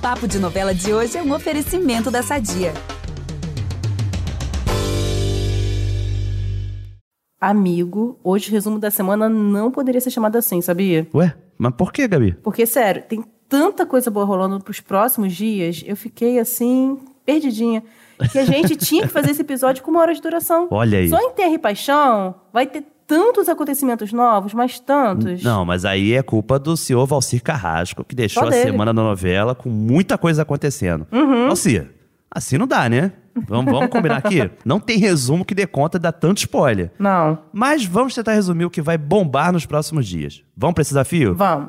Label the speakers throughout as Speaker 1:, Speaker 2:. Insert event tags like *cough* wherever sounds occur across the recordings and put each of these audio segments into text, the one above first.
Speaker 1: Papo de Novela de hoje é um oferecimento da Sadia.
Speaker 2: Amigo, hoje o resumo da semana não poderia ser chamado assim, sabia?
Speaker 3: Ué, mas por que, Gabi?
Speaker 2: Porque, sério, tem tanta coisa boa rolando pros próximos dias, eu fiquei assim, perdidinha. Que a gente tinha que fazer esse episódio com uma hora de duração.
Speaker 3: Olha aí.
Speaker 2: Só em Terra e Paixão vai ter tantos acontecimentos novos, mas tantos.
Speaker 3: Não, mas aí é culpa do senhor Valcir Carrasco, que deixou
Speaker 2: Só
Speaker 3: a
Speaker 2: dele. Uhum.
Speaker 3: semana da novela com muita coisa acontecendo. Valcir, assim não dá, né? Vamos, vamos combinar
Speaker 2: *laughs*
Speaker 3: aqui? Não tem resumo que dê conta e dá tanto spoiler.
Speaker 2: Não.
Speaker 3: Mas vamos tentar resumir o que vai bombar nos próximos dias. Vamos pra esse desafio?
Speaker 2: Vamos.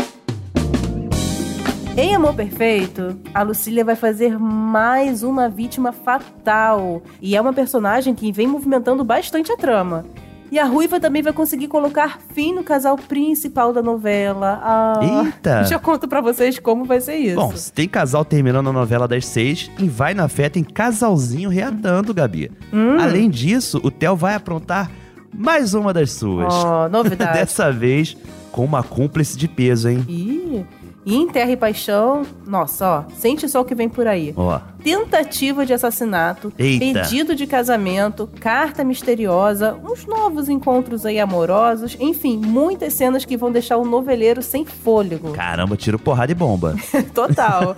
Speaker 2: Em Amor Perfeito, a Lucília vai fazer mais uma vítima fatal. E é uma personagem que vem movimentando bastante a trama. E a Ruiva também vai conseguir colocar fim no casal principal da novela. Ah,
Speaker 3: Eita!
Speaker 2: Já conto pra vocês como vai ser isso.
Speaker 3: Bom, se tem casal terminando a novela das seis, em Vai na Fé tem casalzinho reatando, Gabi.
Speaker 2: Hum.
Speaker 3: Além disso, o Theo vai aprontar mais uma das suas.
Speaker 2: Ó, novidade.
Speaker 3: *laughs* Dessa vez com uma cúmplice de peso, hein?
Speaker 2: Ih, e em Terra e Paixão, nossa, ó, sente só o que vem por aí.
Speaker 3: Ó,
Speaker 2: Tentativa de assassinato,
Speaker 3: Eita.
Speaker 2: pedido de casamento, carta misteriosa, uns novos encontros aí amorosos, enfim, muitas cenas que vão deixar o noveleiro sem
Speaker 3: *laughs*
Speaker 2: fôlego.
Speaker 3: caramba, tiro porrada e bomba.
Speaker 2: Total.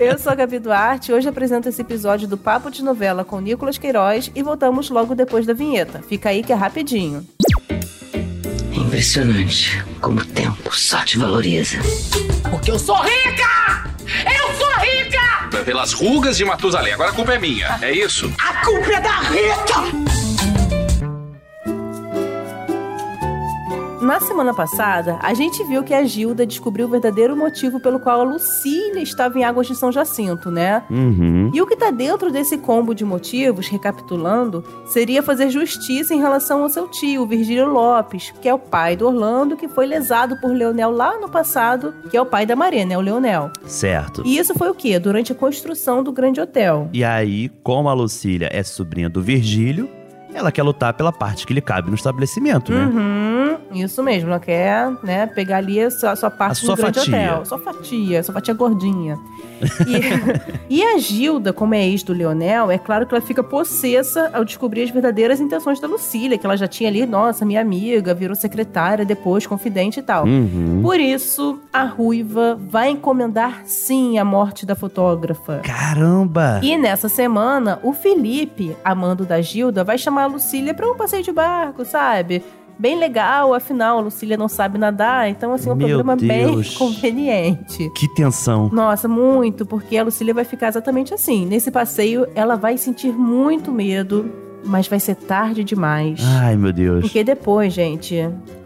Speaker 2: Eu sou a Gabi Duarte, hoje apresento esse episódio do Papo de Novela com Nicolas Queiroz e voltamos logo depois da vinheta. Fica aí que é rapidinho.
Speaker 4: É impressionante como o tempo só te valoriza.
Speaker 5: Porque eu sou rica! Eu sou rica!
Speaker 6: pelas rugas de Matusalém. Agora a culpa é minha, é isso?
Speaker 5: A culpa é da Rita!
Speaker 2: Na semana passada, a gente viu que a Gilda descobriu o verdadeiro motivo pelo qual a Lucília estava em Águas de São Jacinto, né?
Speaker 3: Uhum.
Speaker 2: E o que tá dentro desse combo de motivos, recapitulando, seria fazer justiça em relação ao seu tio, Virgílio Lopes, que é o pai do Orlando, que foi lesado por Leonel lá no passado, que é o pai da Maré, né? O Leonel.
Speaker 3: Certo.
Speaker 2: E isso foi o quê? Durante a construção do Grande Hotel.
Speaker 3: E aí, como a Lucília é sobrinha do Virgílio, ela quer lutar pela parte que lhe cabe no estabelecimento, né?
Speaker 2: Uhum, isso mesmo, ela quer, né, pegar ali a sua, a sua parte
Speaker 3: A sua
Speaker 2: do grande
Speaker 3: fatia.
Speaker 2: hotel. Sua fatia, sua fatia gordinha.
Speaker 3: *laughs*
Speaker 2: E, e a Gilda, como é ex do Leonel, é claro que ela fica possessa ao descobrir as verdadeiras intenções da Lucília, que ela já tinha ali, nossa, minha amiga, virou secretária depois, confidente e tal.
Speaker 3: Uhum.
Speaker 2: Por isso, a Ruiva vai encomendar sim a morte da fotógrafa.
Speaker 3: Caramba!
Speaker 2: E nessa semana, o Felipe, amando da Gilda, vai chamar a Lucília pra um passeio de barco, sabe? Bem legal, afinal, a Lucília não sabe nadar, então assim, é um
Speaker 3: Meu
Speaker 2: problema
Speaker 3: Deus.
Speaker 2: bem *laughs* conveniente.
Speaker 3: Que tensão.
Speaker 2: Nossa, muito, porque a Lucília vai ficar exatamente assim. Nesse passeio, ela vai sentir muito medo, mas vai ser tarde demais.
Speaker 3: Ai, meu Deus.
Speaker 2: Porque depois, gente,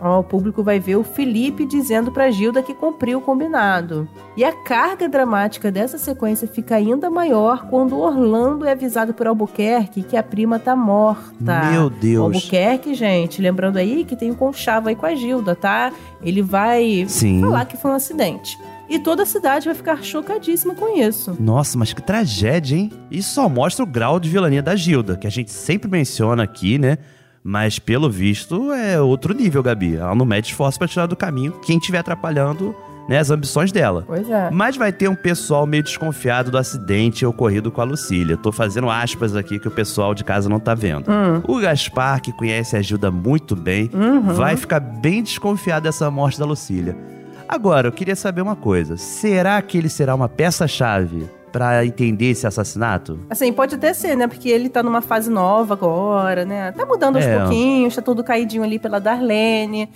Speaker 2: ó, o público vai ver o Felipe dizendo pra Gilda que cumpriu o combinado. E a carga dramática dessa sequência fica ainda maior quando Orlando é avisado por Albuquerque que a prima tá morta.
Speaker 3: Meu Deus.
Speaker 2: Albuquerque, gente, lembrando aí que tem um conchavo aí com a Gilda, tá? Ele vai
Speaker 3: Sim.
Speaker 2: é? falar que foi um acidente. E toda a cidade vai ficar chocadíssima com isso.
Speaker 3: Nossa, mas que tragédia, hein? Isso só mostra o grau de vilania da Gilda, que a gente sempre menciona aqui, né? Mas pelo visto é outro nível, Gabi. Ela não mede esforço pra tirar do caminho quem estiver atrapalhando né, as ambições dela.
Speaker 2: Pois é.
Speaker 3: Mas vai ter um pessoal meio desconfiado do acidente ocorrido com a Lucília. Tô fazendo aspas aqui que o pessoal de casa não tá vendo.
Speaker 2: Hum.
Speaker 3: O Gaspar, que conhece a Gilda muito bem,
Speaker 2: Uhum.
Speaker 3: vai ficar bem desconfiado dessa morte da Lucília. Agora, eu queria saber uma coisa. Será que ele será uma peça-chave pra entender esse assassinato?
Speaker 2: Assim, pode até ser, né? Porque ele tá numa fase nova agora, né? Tá mudando aos
Speaker 3: É.
Speaker 2: pouquinhos, tá tudo caidinho ali pela Darlene.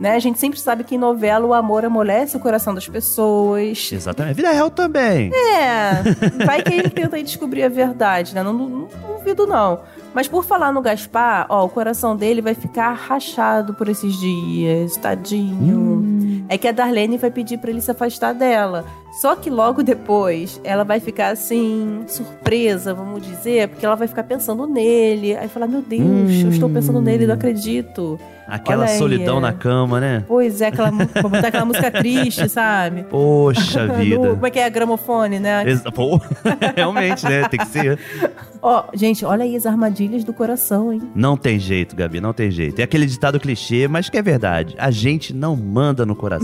Speaker 2: Né? A gente sempre sabe que em novela o amor amolece o coração das pessoas.
Speaker 3: Exatamente. Vida real também.
Speaker 2: É, vai que ele tenta aí descobrir a verdade, né? Não, não- não duvido, não. Mas por falar no Gaspar, ó, o coração dele vai ficar rachado por esses dias, tadinho. É que a Darlene vai pedir pra ele se afastar dela. Só que logo depois, ela vai ficar assim, surpresa, vamos dizer, porque ela vai ficar pensando nele. Aí falar: Meu Deus, eu estou pensando nele, não acredito.
Speaker 3: Aquela
Speaker 2: Olha aí,
Speaker 3: solidão
Speaker 2: é.
Speaker 3: na cama, né?
Speaker 2: Pois é, aquela, mu- pra botar aquela música triste, sabe? *laughs*
Speaker 3: Poxa
Speaker 2: No-
Speaker 3: vida.
Speaker 2: como é que é? Gramofone, né?
Speaker 3: Exa- Pô, *laughs* realmente, né? Tem que ser.
Speaker 2: Ó, gente, olha aí as armadilhas do coração, hein?
Speaker 3: Não tem jeito, Gabi, não tem jeito. É aquele ditado clichê, mas que é verdade. A gente não manda no coração.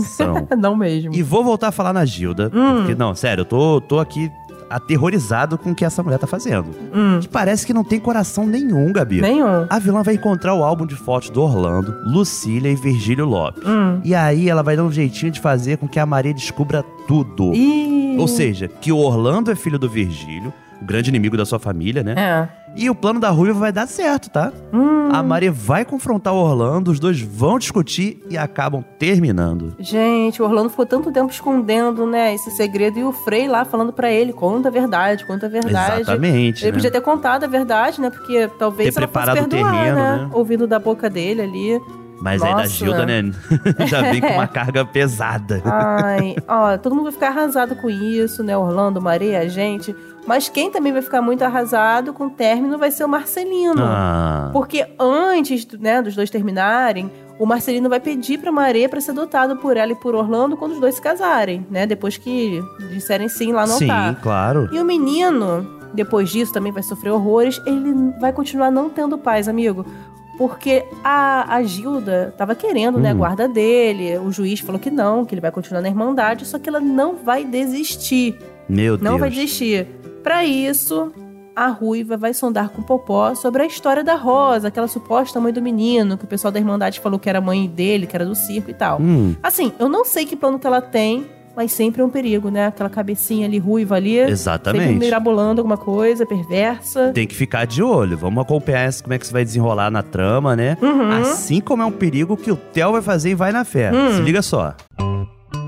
Speaker 2: *laughs* Não mesmo.
Speaker 3: e vou voltar a falar na Gilda,
Speaker 2: Hum.
Speaker 3: porque, não, sério, eu tô, tô aqui aterrorizado com o que essa mulher tá fazendo.
Speaker 2: Hum,
Speaker 3: Que parece que não tem coração nenhum, Gabi.
Speaker 2: nenhum.
Speaker 3: A vilã vai encontrar o álbum de fotos do Orlando, Lucília e Virgílio Lopes.
Speaker 2: Hum.
Speaker 3: E aí ela vai dar um jeitinho de fazer com que a Maria descubra tudo.
Speaker 2: Ih.
Speaker 3: Ou seja, que o Orlando é filho do Virgílio, o grande inimigo da sua família, né?
Speaker 2: É.
Speaker 3: E o plano da Ruiva vai dar certo, tá?
Speaker 2: Hum,
Speaker 3: A Maria vai confrontar o Orlando, os dois vão discutir e acabam terminando.
Speaker 2: gente, o Orlando ficou tanto tempo escondendo, né, esse segredo e o Frei lá falando pra ele, conta a verdade, conta a verdade.
Speaker 3: Exatamente.
Speaker 2: Ele
Speaker 3: né?
Speaker 2: podia ter contado a verdade, né? Porque talvez
Speaker 3: Ter
Speaker 2: ela fosse
Speaker 3: preparado o
Speaker 2: perdoar,
Speaker 3: terreno, né?
Speaker 2: Ouvindo da boca dele ali.
Speaker 3: Mas aí da
Speaker 2: Nossa.
Speaker 3: Gilda, né? *laughs* Já vem com uma carga pesada. *laughs*
Speaker 2: Ai, ó, todo mundo vai ficar arrasado com isso, né? Orlando, Maria, a gente. Mas quem também vai ficar muito arrasado com o término vai ser o Marcelino.
Speaker 3: Ah,
Speaker 2: Porque antes né, dos dois terminarem, o Marcelino vai pedir pra Maria pra ser adotado por ela e por Orlando quando os dois se casarem, né? Depois que disserem sim lá no
Speaker 3: sim,
Speaker 2: altar.
Speaker 3: claro.
Speaker 2: E o menino, depois disso, também vai sofrer horrores. Ele vai continuar não tendo paz, amigo. Porque a, a Gilda tava querendo, né, a
Speaker 3: Hum.
Speaker 2: guarda dele. O juiz falou que não, que ele vai continuar na Irmandade. Só que ela não vai desistir.
Speaker 3: Meu
Speaker 2: Não
Speaker 3: Deus.
Speaker 2: vai desistir. Pra isso, a Ruiva vai sondar com o Popó sobre a história da Rosa, aquela suposta mãe do menino, que o pessoal da Irmandade falou que era mãe dele, que era do circo e tal.
Speaker 3: Hum,
Speaker 2: Assim, eu não sei que plano que ela tem, mas sempre é um perigo, né? Aquela cabecinha ali ruiva ali. Sempre
Speaker 3: exatamente.
Speaker 2: mirabolando alguma coisa, perversa.
Speaker 3: Tem que ficar de olho. Vamos acompanhar esse- como é que isso vai desenrolar na trama, né?
Speaker 2: Uhum.
Speaker 3: Assim como é um perigo que o Theo vai fazer e vai na fé.
Speaker 2: Hum.
Speaker 3: Se liga só.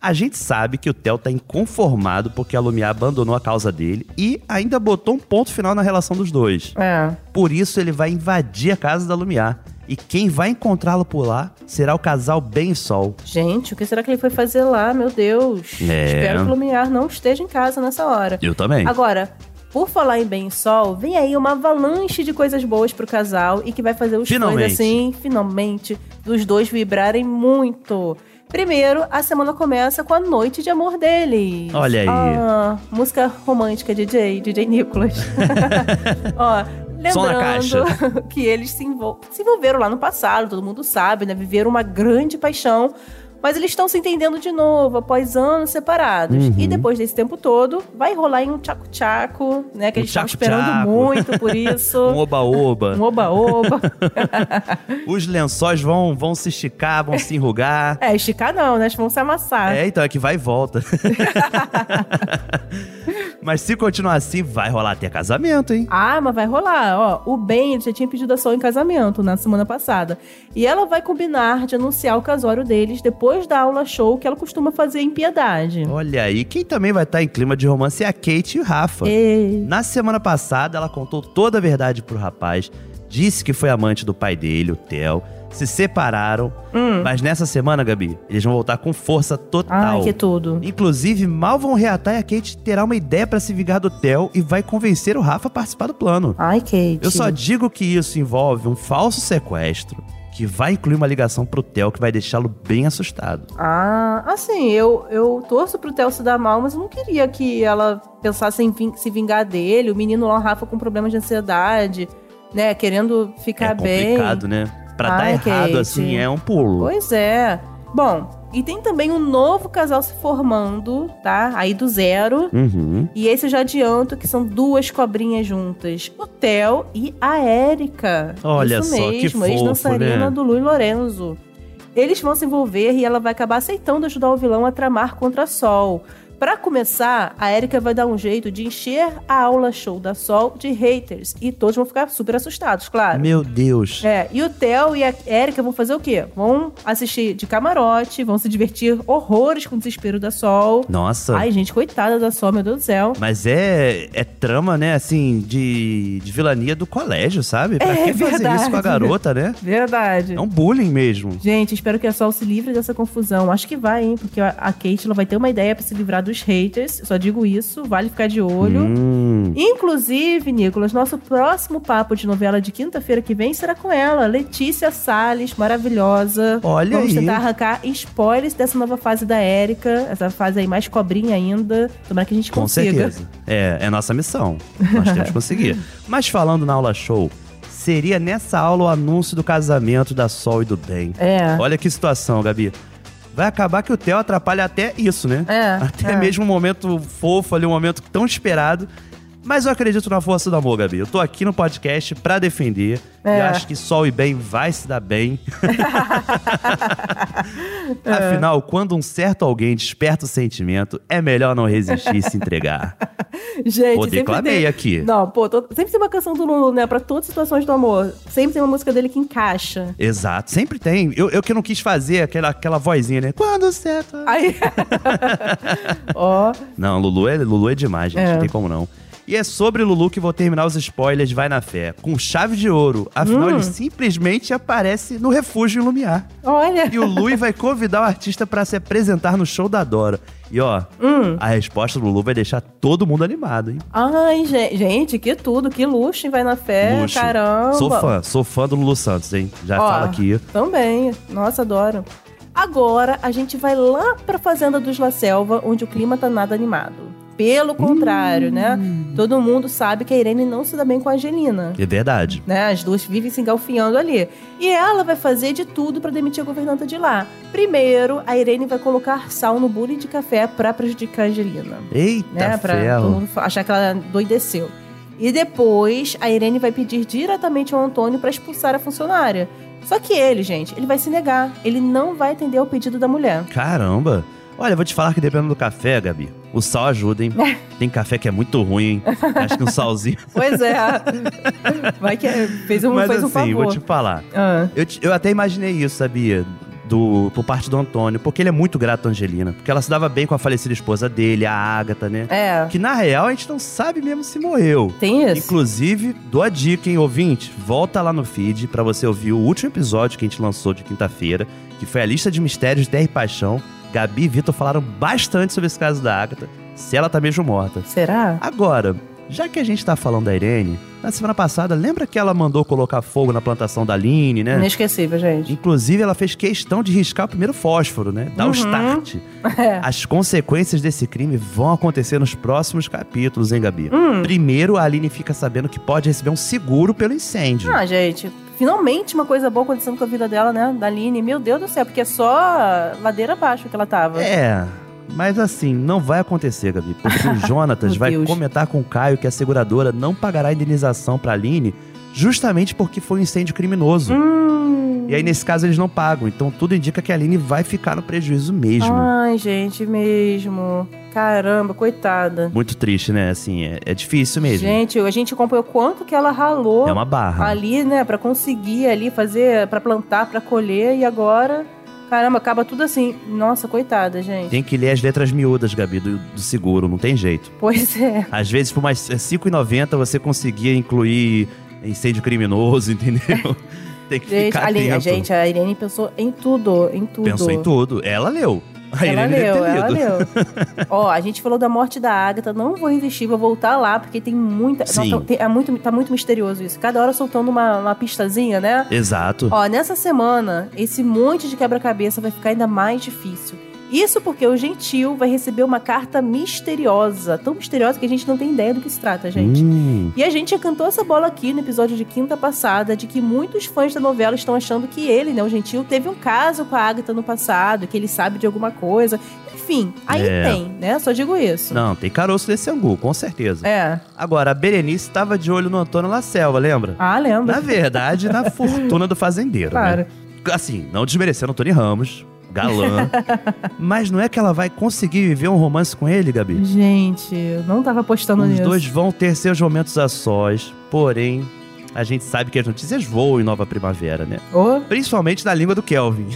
Speaker 3: A gente sabe que o Theo tá inconformado porque a Lumiar abandonou a causa dele e ainda botou um ponto final na relação dos dois.
Speaker 2: É.
Speaker 3: Por isso, ele vai invadir a casa da Lumiar. E quem vai encontrá-lo por lá será o casal Bem e Sol.
Speaker 2: Gente, o que será que ele foi fazer lá? Meu Deus.
Speaker 3: É.
Speaker 2: Espero que o Lumiar não esteja em casa nessa hora.
Speaker 3: Eu também.
Speaker 2: Agora, por falar em bem e sol, vem aí uma avalanche de coisas boas pro casal e que vai fazer os
Speaker 3: Finalmente.
Speaker 2: fãs, assim, finalmente, dos dois vibrarem muito. Primeiro, a semana começa com a noite de amor deles.
Speaker 3: Olha aí.
Speaker 2: Ah, música romântica, DJ, DJ Nicolas. *laughs* Ó,
Speaker 3: Som na caixa.
Speaker 2: lembrando *laughs* que eles se, envol- se envolveram lá no passado, todo mundo sabe, né? Viveram uma grande paixão. Mas eles estão se entendendo de novo, após anos separados.
Speaker 3: Uhum.
Speaker 2: E depois desse tempo todo, vai rolar em um tchaco-tchaco, né? Que
Speaker 3: Um
Speaker 2: eles estavam
Speaker 3: tchaco-tchaco.
Speaker 2: esperando muito por
Speaker 3: Um *laughs*
Speaker 2: isso.
Speaker 3: oba-oba.
Speaker 2: um oba-oba. *laughs*
Speaker 3: Os lençóis vão, vão se esticar, vão
Speaker 2: *laughs*
Speaker 3: se enrugar.
Speaker 2: é, esticar não, né? Eles vão se amassar.
Speaker 3: É, então é que vai e volta. *laughs* Mas se continuar assim, vai rolar até casamento, hein?
Speaker 2: Ah, mas vai rolar. Ó, o Ben ele já tinha pedido a Sol em casamento na semana passada. E ela vai combinar de anunciar o casório deles depois da aula show que ela costuma fazer em Piedade.
Speaker 3: Olha aí, quem também vai estar em clima de romance é a Kate e o Rafa.
Speaker 2: Ei.
Speaker 3: Na semana passada, ela contou toda a verdade pro rapaz, disse que foi amante do pai dele, o Theo, se separaram,
Speaker 2: Hum.
Speaker 3: mas nessa semana, Gabi, eles vão voltar com força total.
Speaker 2: Ai, que tudo.
Speaker 3: Inclusive, mal vão reatar e a Kate terá uma ideia pra se vingar do Theo e vai convencer o Rafa a participar do plano.
Speaker 2: Ai, Kate.
Speaker 3: Eu só digo que isso envolve um falso sequestro que vai incluir uma ligação pro Theo que vai deixá-lo bem assustado.
Speaker 2: Ah, assim, eu, eu torço pro Theo se dar mal, mas eu não queria que ela pensasse em vin- se vingar dele. O menino lá, o Rafa, com problema de ansiedade, né? Querendo ficar
Speaker 3: é complicado,
Speaker 2: bem.
Speaker 3: né? Pra dar
Speaker 2: Ai,
Speaker 3: errado
Speaker 2: Kate.
Speaker 3: assim é um pulo.
Speaker 2: Pois é. Bom, e tem também um novo casal se formando, tá? Aí do zero.
Speaker 3: Uhum.
Speaker 2: E esse eu já adianto que são duas cobrinhas juntas. O Theo e a Érica.
Speaker 3: Olha
Speaker 2: Isso
Speaker 3: só, que
Speaker 2: mesmo,
Speaker 3: fofo,
Speaker 2: ex-dançarina
Speaker 3: né?
Speaker 2: do Luiz Lorenzo. Eles vão se envolver e ela vai acabar aceitando ajudar o vilão a tramar contra a Sol. Pra começar, a Erika vai dar um jeito de encher a aula show da Sol de haters. E todos vão ficar super assustados, claro.
Speaker 3: Meu Deus.
Speaker 2: Ah. É, e o Theo e a Erika vão fazer o quê? Vão assistir de camarote, vão se divertir horrores com o desespero da Sol.
Speaker 3: Nossa.
Speaker 2: Ai, gente, coitada da Sol, meu Deus do céu.
Speaker 3: Mas é, é trama, né, assim, de, de vilania do colégio, sabe? Pra
Speaker 2: É
Speaker 3: que fazer isso com a
Speaker 2: verdade.
Speaker 3: garota, né?
Speaker 2: Verdade.
Speaker 3: É um bullying mesmo.
Speaker 2: Gente, espero que a Sol se livre dessa confusão. Acho que vai, hein? Porque a- a Kate ela vai ter uma ideia pra se livrar dos haters. Só digo isso, vale ficar de olho.
Speaker 3: Hum,
Speaker 2: Inclusive, Nicolas, nosso próximo papo de novela de quinta-feira que vem será com ela, Letícia Salles, maravilhosa.
Speaker 3: olha
Speaker 2: Vamos
Speaker 3: aí.
Speaker 2: tentar arrancar spoilers dessa nova fase da Érica, essa fase aí mais cobrinha ainda. Tomara que a gente
Speaker 3: Com
Speaker 2: consiga.
Speaker 3: certeza. É, é nossa missão. Nós temos que conseguir. Mas falando na aula show, seria nessa aula o anúncio do casamento da Sol e do Bem.
Speaker 2: É.
Speaker 3: Olha que situação, Gabi. Vai acabar que o Theo atrapalha até isso, né?
Speaker 2: É.
Speaker 3: Até
Speaker 2: é.
Speaker 3: mesmo um momento fofo ali, um momento tão esperado. Mas eu acredito na força do amor, Gabi. Eu tô aqui no podcast pra defender.
Speaker 2: É.
Speaker 3: E acho que Sol e Bem vai se
Speaker 2: *laughs*
Speaker 3: dar bem.
Speaker 2: É.
Speaker 3: Afinal, quando um certo alguém desperta o sentimento, é melhor não resistir e
Speaker 2: *laughs*
Speaker 3: se entregar.
Speaker 2: Gente,
Speaker 3: Pô,
Speaker 2: sempre
Speaker 3: declamei
Speaker 2: tem-
Speaker 3: aqui.
Speaker 2: Não, pô, tô- sempre tem uma canção do Lulu, né? Pra todas as situações do amor. Sempre tem uma música dele que encaixa.
Speaker 3: Exato, sempre tem. Eu, eu que não quis fazer aquela, aquela vozinha, né? Quando certo.
Speaker 2: Aí.
Speaker 3: *laughs*
Speaker 2: Ó.
Speaker 3: Não, Lulu é, Lulu é demais, gente.
Speaker 2: É.
Speaker 3: Não tem como não. E é sobre Lulu que vou terminar os spoilers, vai na fé. Com chave de ouro. Afinal,
Speaker 2: Hum.
Speaker 3: ele simplesmente aparece no refúgio em Lumiar.
Speaker 2: Olha.
Speaker 3: E o Lui vai convidar o artista pra se apresentar no show da Dora. E ó,
Speaker 2: Hum.
Speaker 3: a resposta do Lulu vai deixar todo mundo animado, hein?
Speaker 2: Ai, gen- gente, que tudo, que luxo, hein? vai na fé,
Speaker 3: Luxo.
Speaker 2: caramba.
Speaker 3: Sou fã, sou fã do Lulu Santos, hein? Já
Speaker 2: Ó,
Speaker 3: falo aqui.
Speaker 2: Também, nossa, adoro. Agora a gente vai lá pra Fazenda dos La Selva, onde o clima tá nada animado. Pelo contrário, né? Todo mundo sabe que a Irene não se dá bem com a Angelina.
Speaker 3: É verdade.
Speaker 2: né? As duas vivem se engalfinhando ali. E ela vai fazer de tudo pra demitir a governanta de lá. Primeiro, a Irene vai colocar sal no bule de café pra prejudicar a Angelina.
Speaker 3: Eita
Speaker 2: Né? Pra todo
Speaker 3: Tá ferro.
Speaker 2: mundo fa- achar que ela doideceu. E depois, a Irene vai pedir diretamente ao Antônio pra expulsar a funcionária. Só que ele, gente, ele vai se negar. Ele não vai atender ao pedido da mulher.
Speaker 3: Caramba. Olha, eu vou te falar que dependendo do café, Gabi, o sal
Speaker 2: *laughs*
Speaker 3: ajuda, hein? Tem café que é muito ruim, hein? Acho que um salzinho
Speaker 2: Pois é. *laughs* vai que é- fez um,
Speaker 3: Mas
Speaker 2: fez
Speaker 3: assim,
Speaker 2: um favor.
Speaker 3: vou te falar.
Speaker 2: Ah,
Speaker 3: Eu, te- eu até imaginei isso, sabia? Do, por parte do Antônio, porque ele é muito grato à Angelina. Porque ela se dava bem com a falecida esposa dele, a Agatha, né?
Speaker 2: é,
Speaker 3: Que na real a gente não sabe mesmo se morreu.
Speaker 2: tem isso.
Speaker 3: Inclusive, dou a dica, hein, ouvinte? Volta lá no feed pra você ouvir o último episódio que a gente lançou de quinta-feira, que foi a lista de mistérios de Terra e Paixão. Gabi e Vitor falaram bastante sobre esse caso da Agatha, se ela tá mesmo morta.
Speaker 2: Será?
Speaker 3: Agora, já que a gente tá falando da Irene, na semana passada, lembra que ela mandou colocar fogo na plantação da Aline, né?
Speaker 2: Uhum. Inesquecível, gente.
Speaker 3: Inclusive, ela fez questão de riscar o primeiro fósforo, né? Dar
Speaker 2: Uhum.
Speaker 3: o start.
Speaker 2: *laughs* É.
Speaker 3: As consequências desse crime vão acontecer nos próximos capítulos, hein, Gabi?
Speaker 2: Hum.
Speaker 3: Primeiro, a Aline fica sabendo que pode receber um seguro pelo incêndio.
Speaker 2: Ah, gente, finalmente uma coisa boa acontecendo com a vida dela, né? Da Aline. Meu Deus do céu, porque é só ladeira abaixo que ela tava.
Speaker 3: É. Mas assim, não vai acontecer, Gabi,
Speaker 2: *laughs*
Speaker 3: porque o Jonatas
Speaker 2: Meu
Speaker 3: vai
Speaker 2: Deus.
Speaker 3: comentar com o Caio que a seguradora não pagará a indenização pra Aline justamente porque foi um incêndio criminoso.
Speaker 2: Hum.
Speaker 3: E aí, nesse caso, eles não pagam. Então, tudo indica que a Aline vai ficar no prejuízo mesmo.
Speaker 2: Ai, gente, mesmo. Caramba, coitada.
Speaker 3: Muito triste, né? Assim, é, é difícil mesmo.
Speaker 2: Gente, a gente acompanhou quanto que ela ralou
Speaker 3: é uma barra.
Speaker 2: ali, né? Pra conseguir ali fazer, pra plantar, pra colher. E agora, caramba, acaba tudo assim. Nossa, coitada, gente.
Speaker 3: Tem que ler as letras miúdas, Gabi, do, do seguro. Não tem jeito.
Speaker 2: Pois é.
Speaker 3: Às vezes, por mais é, 5,90 você conseguia incluir incêndio criminoso, *laughs* entendeu? tem que
Speaker 2: Gente,
Speaker 3: ficar
Speaker 2: a, Aline-
Speaker 3: atento.
Speaker 2: gente, a Irene pensou em tudo, em tudo.
Speaker 3: Pensou em tudo. Ela leu. A é
Speaker 2: ela
Speaker 3: Irene
Speaker 2: leu,
Speaker 3: deve ter lido.
Speaker 2: ela
Speaker 3: *laughs*
Speaker 2: leu. Ó, a gente falou da morte da Agatha, não vou resistir, vou voltar lá, porque tem muita.
Speaker 3: Sim.
Speaker 2: Nossa, tem- é muito, tá muito misterioso isso. Cada hora soltando uma, uma pistazinha, né?
Speaker 3: Exato.
Speaker 2: Ó, nessa semana, esse monte de quebra-cabeça vai ficar ainda mais difícil. Isso porque o Gentil vai receber uma carta misteriosa. Tão misteriosa que a gente não tem ideia do que se trata, gente.
Speaker 3: Hum,
Speaker 2: E a gente já cantou essa bola aqui no episódio de quinta passada, de que muitos fãs da novela estão achando que ele, né, o Gentil, teve um caso com a Agatha no passado, que ele sabe de alguma coisa. Enfim, aí
Speaker 3: É.
Speaker 2: tem, né? Só digo isso.
Speaker 3: não, tem caroço nesse angu, com certeza.
Speaker 2: É.
Speaker 3: Agora, a Berenice estava de olho no Antônio La Selva, lembra?
Speaker 2: Ah, lembra. *laughs*
Speaker 3: Na verdade, na fortuna do fazendeiro,
Speaker 2: Claro.
Speaker 3: né? Assim, não desmerecendo o Tony Ramos.
Speaker 2: *laughs*
Speaker 3: galã. mas não é que ela vai conseguir viver um romance com ele, Gabi?
Speaker 2: Gente, eu não é tava apostando
Speaker 3: Os
Speaker 2: nisso.
Speaker 3: dois vão ter seus momentos a sós, porém, a gente sabe que as notícias voam em Nova Primavera, né?
Speaker 2: Ô,
Speaker 3: Principalmente na língua do
Speaker 2: *laughs*
Speaker 3: Kelvin.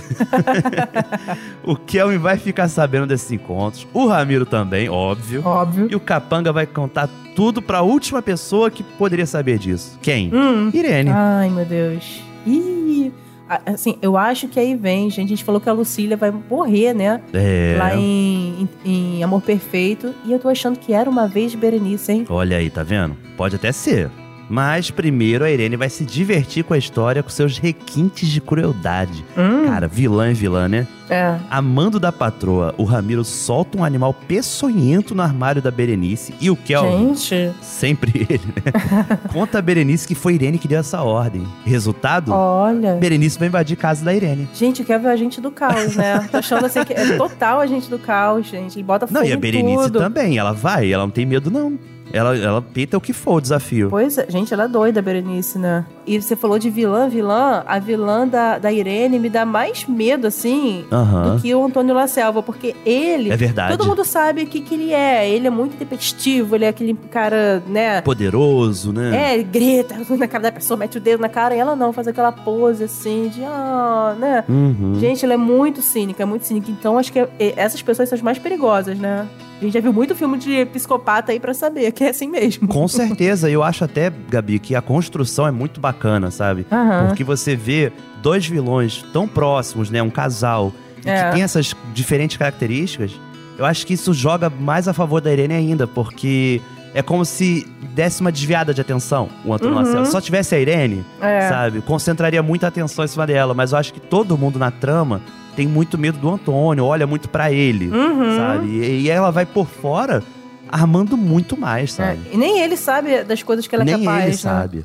Speaker 3: o Kelvin vai ficar sabendo desses encontros, o Ramiro também, óbvio.
Speaker 2: óbvio.
Speaker 3: E o Capanga vai contar tudo pra última pessoa que poderia saber disso. Quem?
Speaker 2: Hum.
Speaker 3: Irene.
Speaker 2: Ai, meu Deus. Ih, a- assim, eu acho que aí vem, gente. A gente falou que a Lucília vai morrer, né?
Speaker 3: é.
Speaker 2: Lá em, em, em Amor Perfeito. E eu tô achando que era uma vez Berenice, hein?
Speaker 3: Olha aí, tá vendo? Pode até ser. Mas primeiro a Irene vai se divertir com a história com seus requintes de crueldade.
Speaker 2: Hum,
Speaker 3: Cara, vilã é vilã, né?
Speaker 2: é.
Speaker 3: Amando da patroa, o Ramiro solta um animal peçonhento no armário da Berenice e o Kelvin,
Speaker 2: Gente,
Speaker 3: sempre ele, né?
Speaker 2: *laughs*
Speaker 3: Conta a Berenice que foi Irene que deu essa ordem. Resultado?
Speaker 2: olha.
Speaker 3: Berenice vai invadir casa da Irene.
Speaker 2: Gente, eu quero ver o agente do caos, né? Tô achando assim que é total agente do caos, gente. Ele bota fogo
Speaker 3: Não, e a
Speaker 2: em
Speaker 3: Berenice
Speaker 2: tudo.
Speaker 3: também, ela vai, ela não tem medo não. Ela, ela peita o que for o desafio.
Speaker 2: Pois é, gente, ela é doida, a Berenice, né? E você falou de vilã, vilã. A vilã da, da Irene me dá mais medo, assim,
Speaker 3: Aham,
Speaker 2: do que o Antônio La Selva, porque ele.
Speaker 3: é verdade.
Speaker 2: Todo mundo sabe o que, que ele é. Ele é muito tempestivo, ele é aquele cara, né?
Speaker 3: Poderoso, né?
Speaker 2: É, grita *laughs* na cara da pessoa, mete o dedo na cara, e ela não, faz aquela pose assim de, ah, né?
Speaker 3: Uhum.
Speaker 2: Gente, ela é muito cínica, é muito cínica. Então acho que é- essas pessoas são as mais perigosas, né? A gente já viu muito filme de psicopata aí pra saber que é assim mesmo.
Speaker 3: Com certeza, eu acho até, Gabi, que a construção é muito bacana, sabe?
Speaker 2: Aham.
Speaker 3: Porque você vê dois vilões tão próximos, né? Um casal e
Speaker 2: É.
Speaker 3: que tem essas diferentes características. Eu acho que isso joga mais a favor da Irene ainda, porque é como se desse uma desviada de atenção o Antônio
Speaker 2: Uhum.
Speaker 3: Marcelo. Só tivesse a Irene,
Speaker 2: É.
Speaker 3: sabe? Concentraria muita atenção em cima dela, mas eu acho que todo mundo na trama tem muito medo do Antônio, olha muito pra ele,
Speaker 2: Uhum.
Speaker 3: sabe? E, e ela vai por fora armando muito mais,
Speaker 2: É,
Speaker 3: sabe?
Speaker 2: E nem ele sabe das coisas que ela
Speaker 3: Nem
Speaker 2: é capaz.
Speaker 3: ele
Speaker 2: né?
Speaker 3: sabe.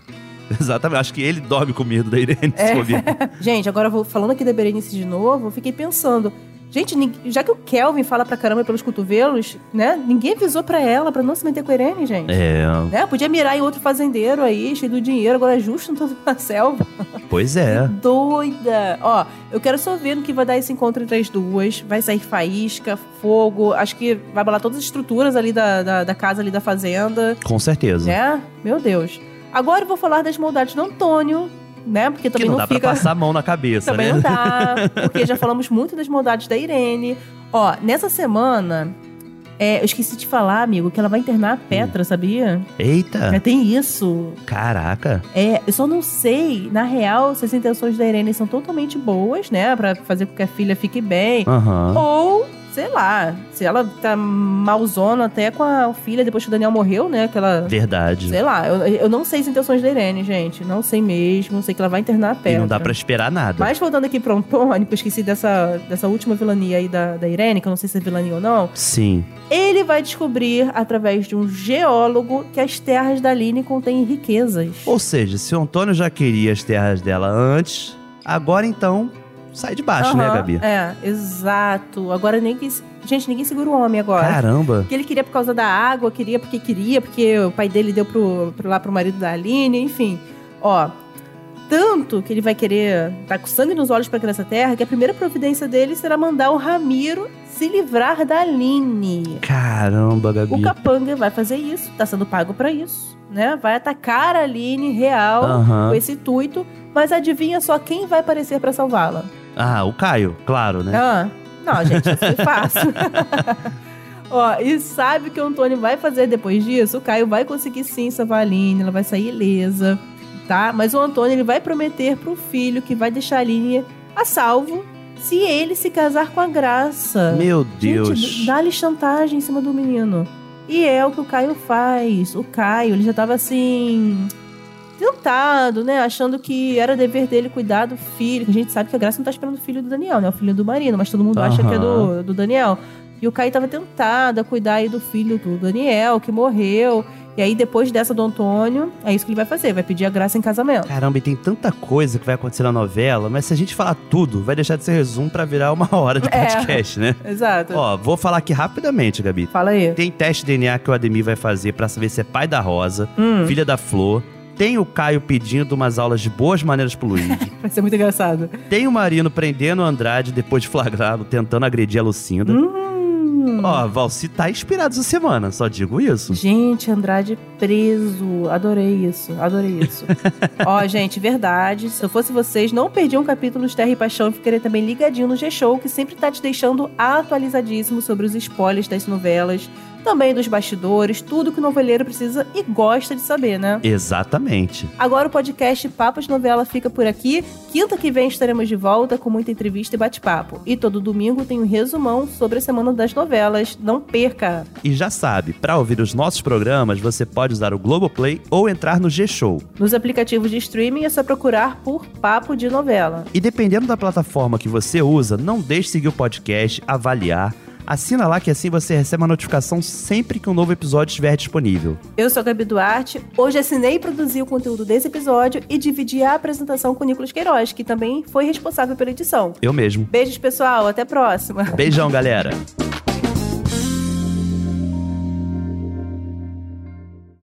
Speaker 3: *laughs* Exatamente. Acho que ele dorme com medo da Irene,
Speaker 2: É.
Speaker 3: se bobear.
Speaker 2: Gente, agora eu vou falando aqui da Berenice de novo, eu fiquei pensando. Gente, nin- já que o Kelvin fala pra caramba pelos cotovelos, né? Ninguém avisou pra ela pra não se meter com a Irene, gente.
Speaker 3: É,
Speaker 2: Né? Podia mirar em outro fazendeiro aí, cheio do dinheiro, agora é justo no tanto na selva.
Speaker 3: pois é.
Speaker 2: Doida! Ó, eu quero só ver no que vai dar esse encontro entre as duas. Vai sair faísca, fogo, acho que vai abalar todas as estruturas ali da, da, da casa, ali da fazenda.
Speaker 3: Com certeza.
Speaker 2: né? Meu Deus. Agora eu vou falar das maldades do Antônio, né? Porque
Speaker 3: que
Speaker 2: também
Speaker 3: não,
Speaker 2: não,
Speaker 3: dá
Speaker 2: fica.
Speaker 3: pra passar a mão na cabeça,
Speaker 2: também
Speaker 3: né?
Speaker 2: não
Speaker 3: *laughs*
Speaker 2: dá. Porque já falamos muito das maldades da Irene. Ó, nessa semana. é, eu esqueci de falar, amigo, que ela vai internar a Petra,
Speaker 3: Hum.
Speaker 2: sabia? Já
Speaker 3: Eita,
Speaker 2: tem isso.
Speaker 3: caraca.
Speaker 2: É, eu só não sei, na real, se as intenções da Irene são totalmente boas, né? Pra fazer com que a filha fique bem.
Speaker 3: Aham.
Speaker 2: Ou, sei lá, se ela tá malzona até com a filha depois que o Daniel morreu, né? Que ela
Speaker 3: Verdade.
Speaker 2: Sei lá, eu, eu não sei as intenções da Irene, gente. Não sei mesmo, sei que ela vai internar a
Speaker 3: E
Speaker 2: pedra.
Speaker 3: não dá pra esperar nada.
Speaker 2: é Mas voltando aqui pro Antônio, que eu esqueci dessa, dessa última vilania aí da, da Irene, que eu não sei se é vilania ou não.
Speaker 3: Sim.
Speaker 2: Ele vai descobrir, através de um geólogo, que as terras da Aline contêm riquezas.
Speaker 3: Ou seja, se o Antônio já queria as terras dela antes, agora então sai de baixo, né,
Speaker 2: Aham,
Speaker 3: Gabi?
Speaker 2: É, exato. Agora ninguém. Gente, ninguém segura o homem agora.
Speaker 3: Caramba.
Speaker 2: Que ele queria por causa da água, queria porque queria, porque o pai dele deu pro, pro- lá pro marido da Aline, enfim. Ó, tanto que ele vai querer tá com sangue nos olhos pra criança terra, que a primeira providência dele será mandar o Ramiro se livrar da Aline.
Speaker 3: Caramba,
Speaker 2: O
Speaker 3: Gabi.
Speaker 2: Capanga vai fazer isso, tá sendo pago pra isso, né? Vai atacar a Aline real
Speaker 3: Aham.
Speaker 2: com esse intuito, mas adivinha só quem vai aparecer pra salvá-la?
Speaker 3: Ah, o Caio, claro, né?
Speaker 2: Ah, não, gente, isso foi
Speaker 3: *laughs*
Speaker 2: fácil. Ó, e sabe o que o Antônio vai fazer depois disso? O Caio vai conseguir sim salvar a Aline, ela vai sair ilesa, tá? Mas o Antônio ele vai prometer pro filho que vai deixar a Aline a salvo se ele se casar com a Graça.
Speaker 3: Meu Deus.
Speaker 2: Gente, dá-lhe chantagem em cima do menino. E é o que o Caio faz. O Caio, ele já tava assim. Tentado, né? Achando que era dever dele cuidar do filho. que A gente sabe que a Graça não tá esperando o filho do Daniel, né? O filho do Marino, mas todo mundo acha que é do, do Daniel. E o Caio tava tentado a cuidar aí do filho do Daniel, que morreu. E aí, depois dessa do Antônio, é isso que ele vai fazer: vai pedir a Graça em casamento.
Speaker 3: Caramba, e tem tanta coisa que vai acontecer na novela, mas se a gente falar tudo, vai deixar de ser resumo pra virar uma *laughs* hora de
Speaker 2: É.
Speaker 3: podcast, né?
Speaker 2: Exato.
Speaker 3: Ó, vou falar aqui rapidamente, Gabi.
Speaker 2: Fala aí.
Speaker 3: Tem teste de DNA que o Ademir vai fazer pra saber se é pai da Rosa,
Speaker 2: Hum.
Speaker 3: filha da Flor, Tem o Caio pedindo umas aulas de boas maneiras
Speaker 2: *laughs*
Speaker 3: pro Luigi.
Speaker 2: Vai ser muito engraçado.
Speaker 3: Tem o Marino prendendo o Andrade depois de flagrado, tentando agredir a Lucinda.
Speaker 2: Hum.
Speaker 3: Ó, Valci tá inspirado essa semana, só digo isso.
Speaker 2: Gente, Andrade preso. Adorei isso, adorei isso. Ó, gente, verdade. Se eu fosse vocês, não perdiam capítulos Terra e Paixão e ficaria também ligadinho no G-Show, que sempre tá te deixando atualizadíssimo sobre os spoilers das novelas, também dos bastidores, tudo que o noveleiro precisa e gosta de saber, né?
Speaker 3: Exatamente.
Speaker 2: Agora o podcast Papo de Novela fica por aqui. Quinta que vem estaremos de volta com muita entrevista e bate-papo. E todo domingo tem um resumão sobre a semana das novelas. Não perca!
Speaker 3: E já sabe, pra ouvir os nossos programas, você pode usar o Globoplay ou entrar no G-Show.
Speaker 2: Nos aplicativos de streaming é só procurar por Papo de Novela.
Speaker 3: E dependendo da plataforma que você usa, não deixe de seguir o podcast, avaliar. Assina lá que assim você recebe uma notificação sempre que um novo episódio estiver disponível.
Speaker 2: Eu sou a Gabi Duarte. Hoje assinei e produzi o conteúdo desse episódio e dividi a apresentação com o Nicolas Queiroz, que também foi responsável pela edição.
Speaker 3: Eu mesmo.
Speaker 2: Beijos, pessoal. Até a próxima.
Speaker 3: Beijão, galera!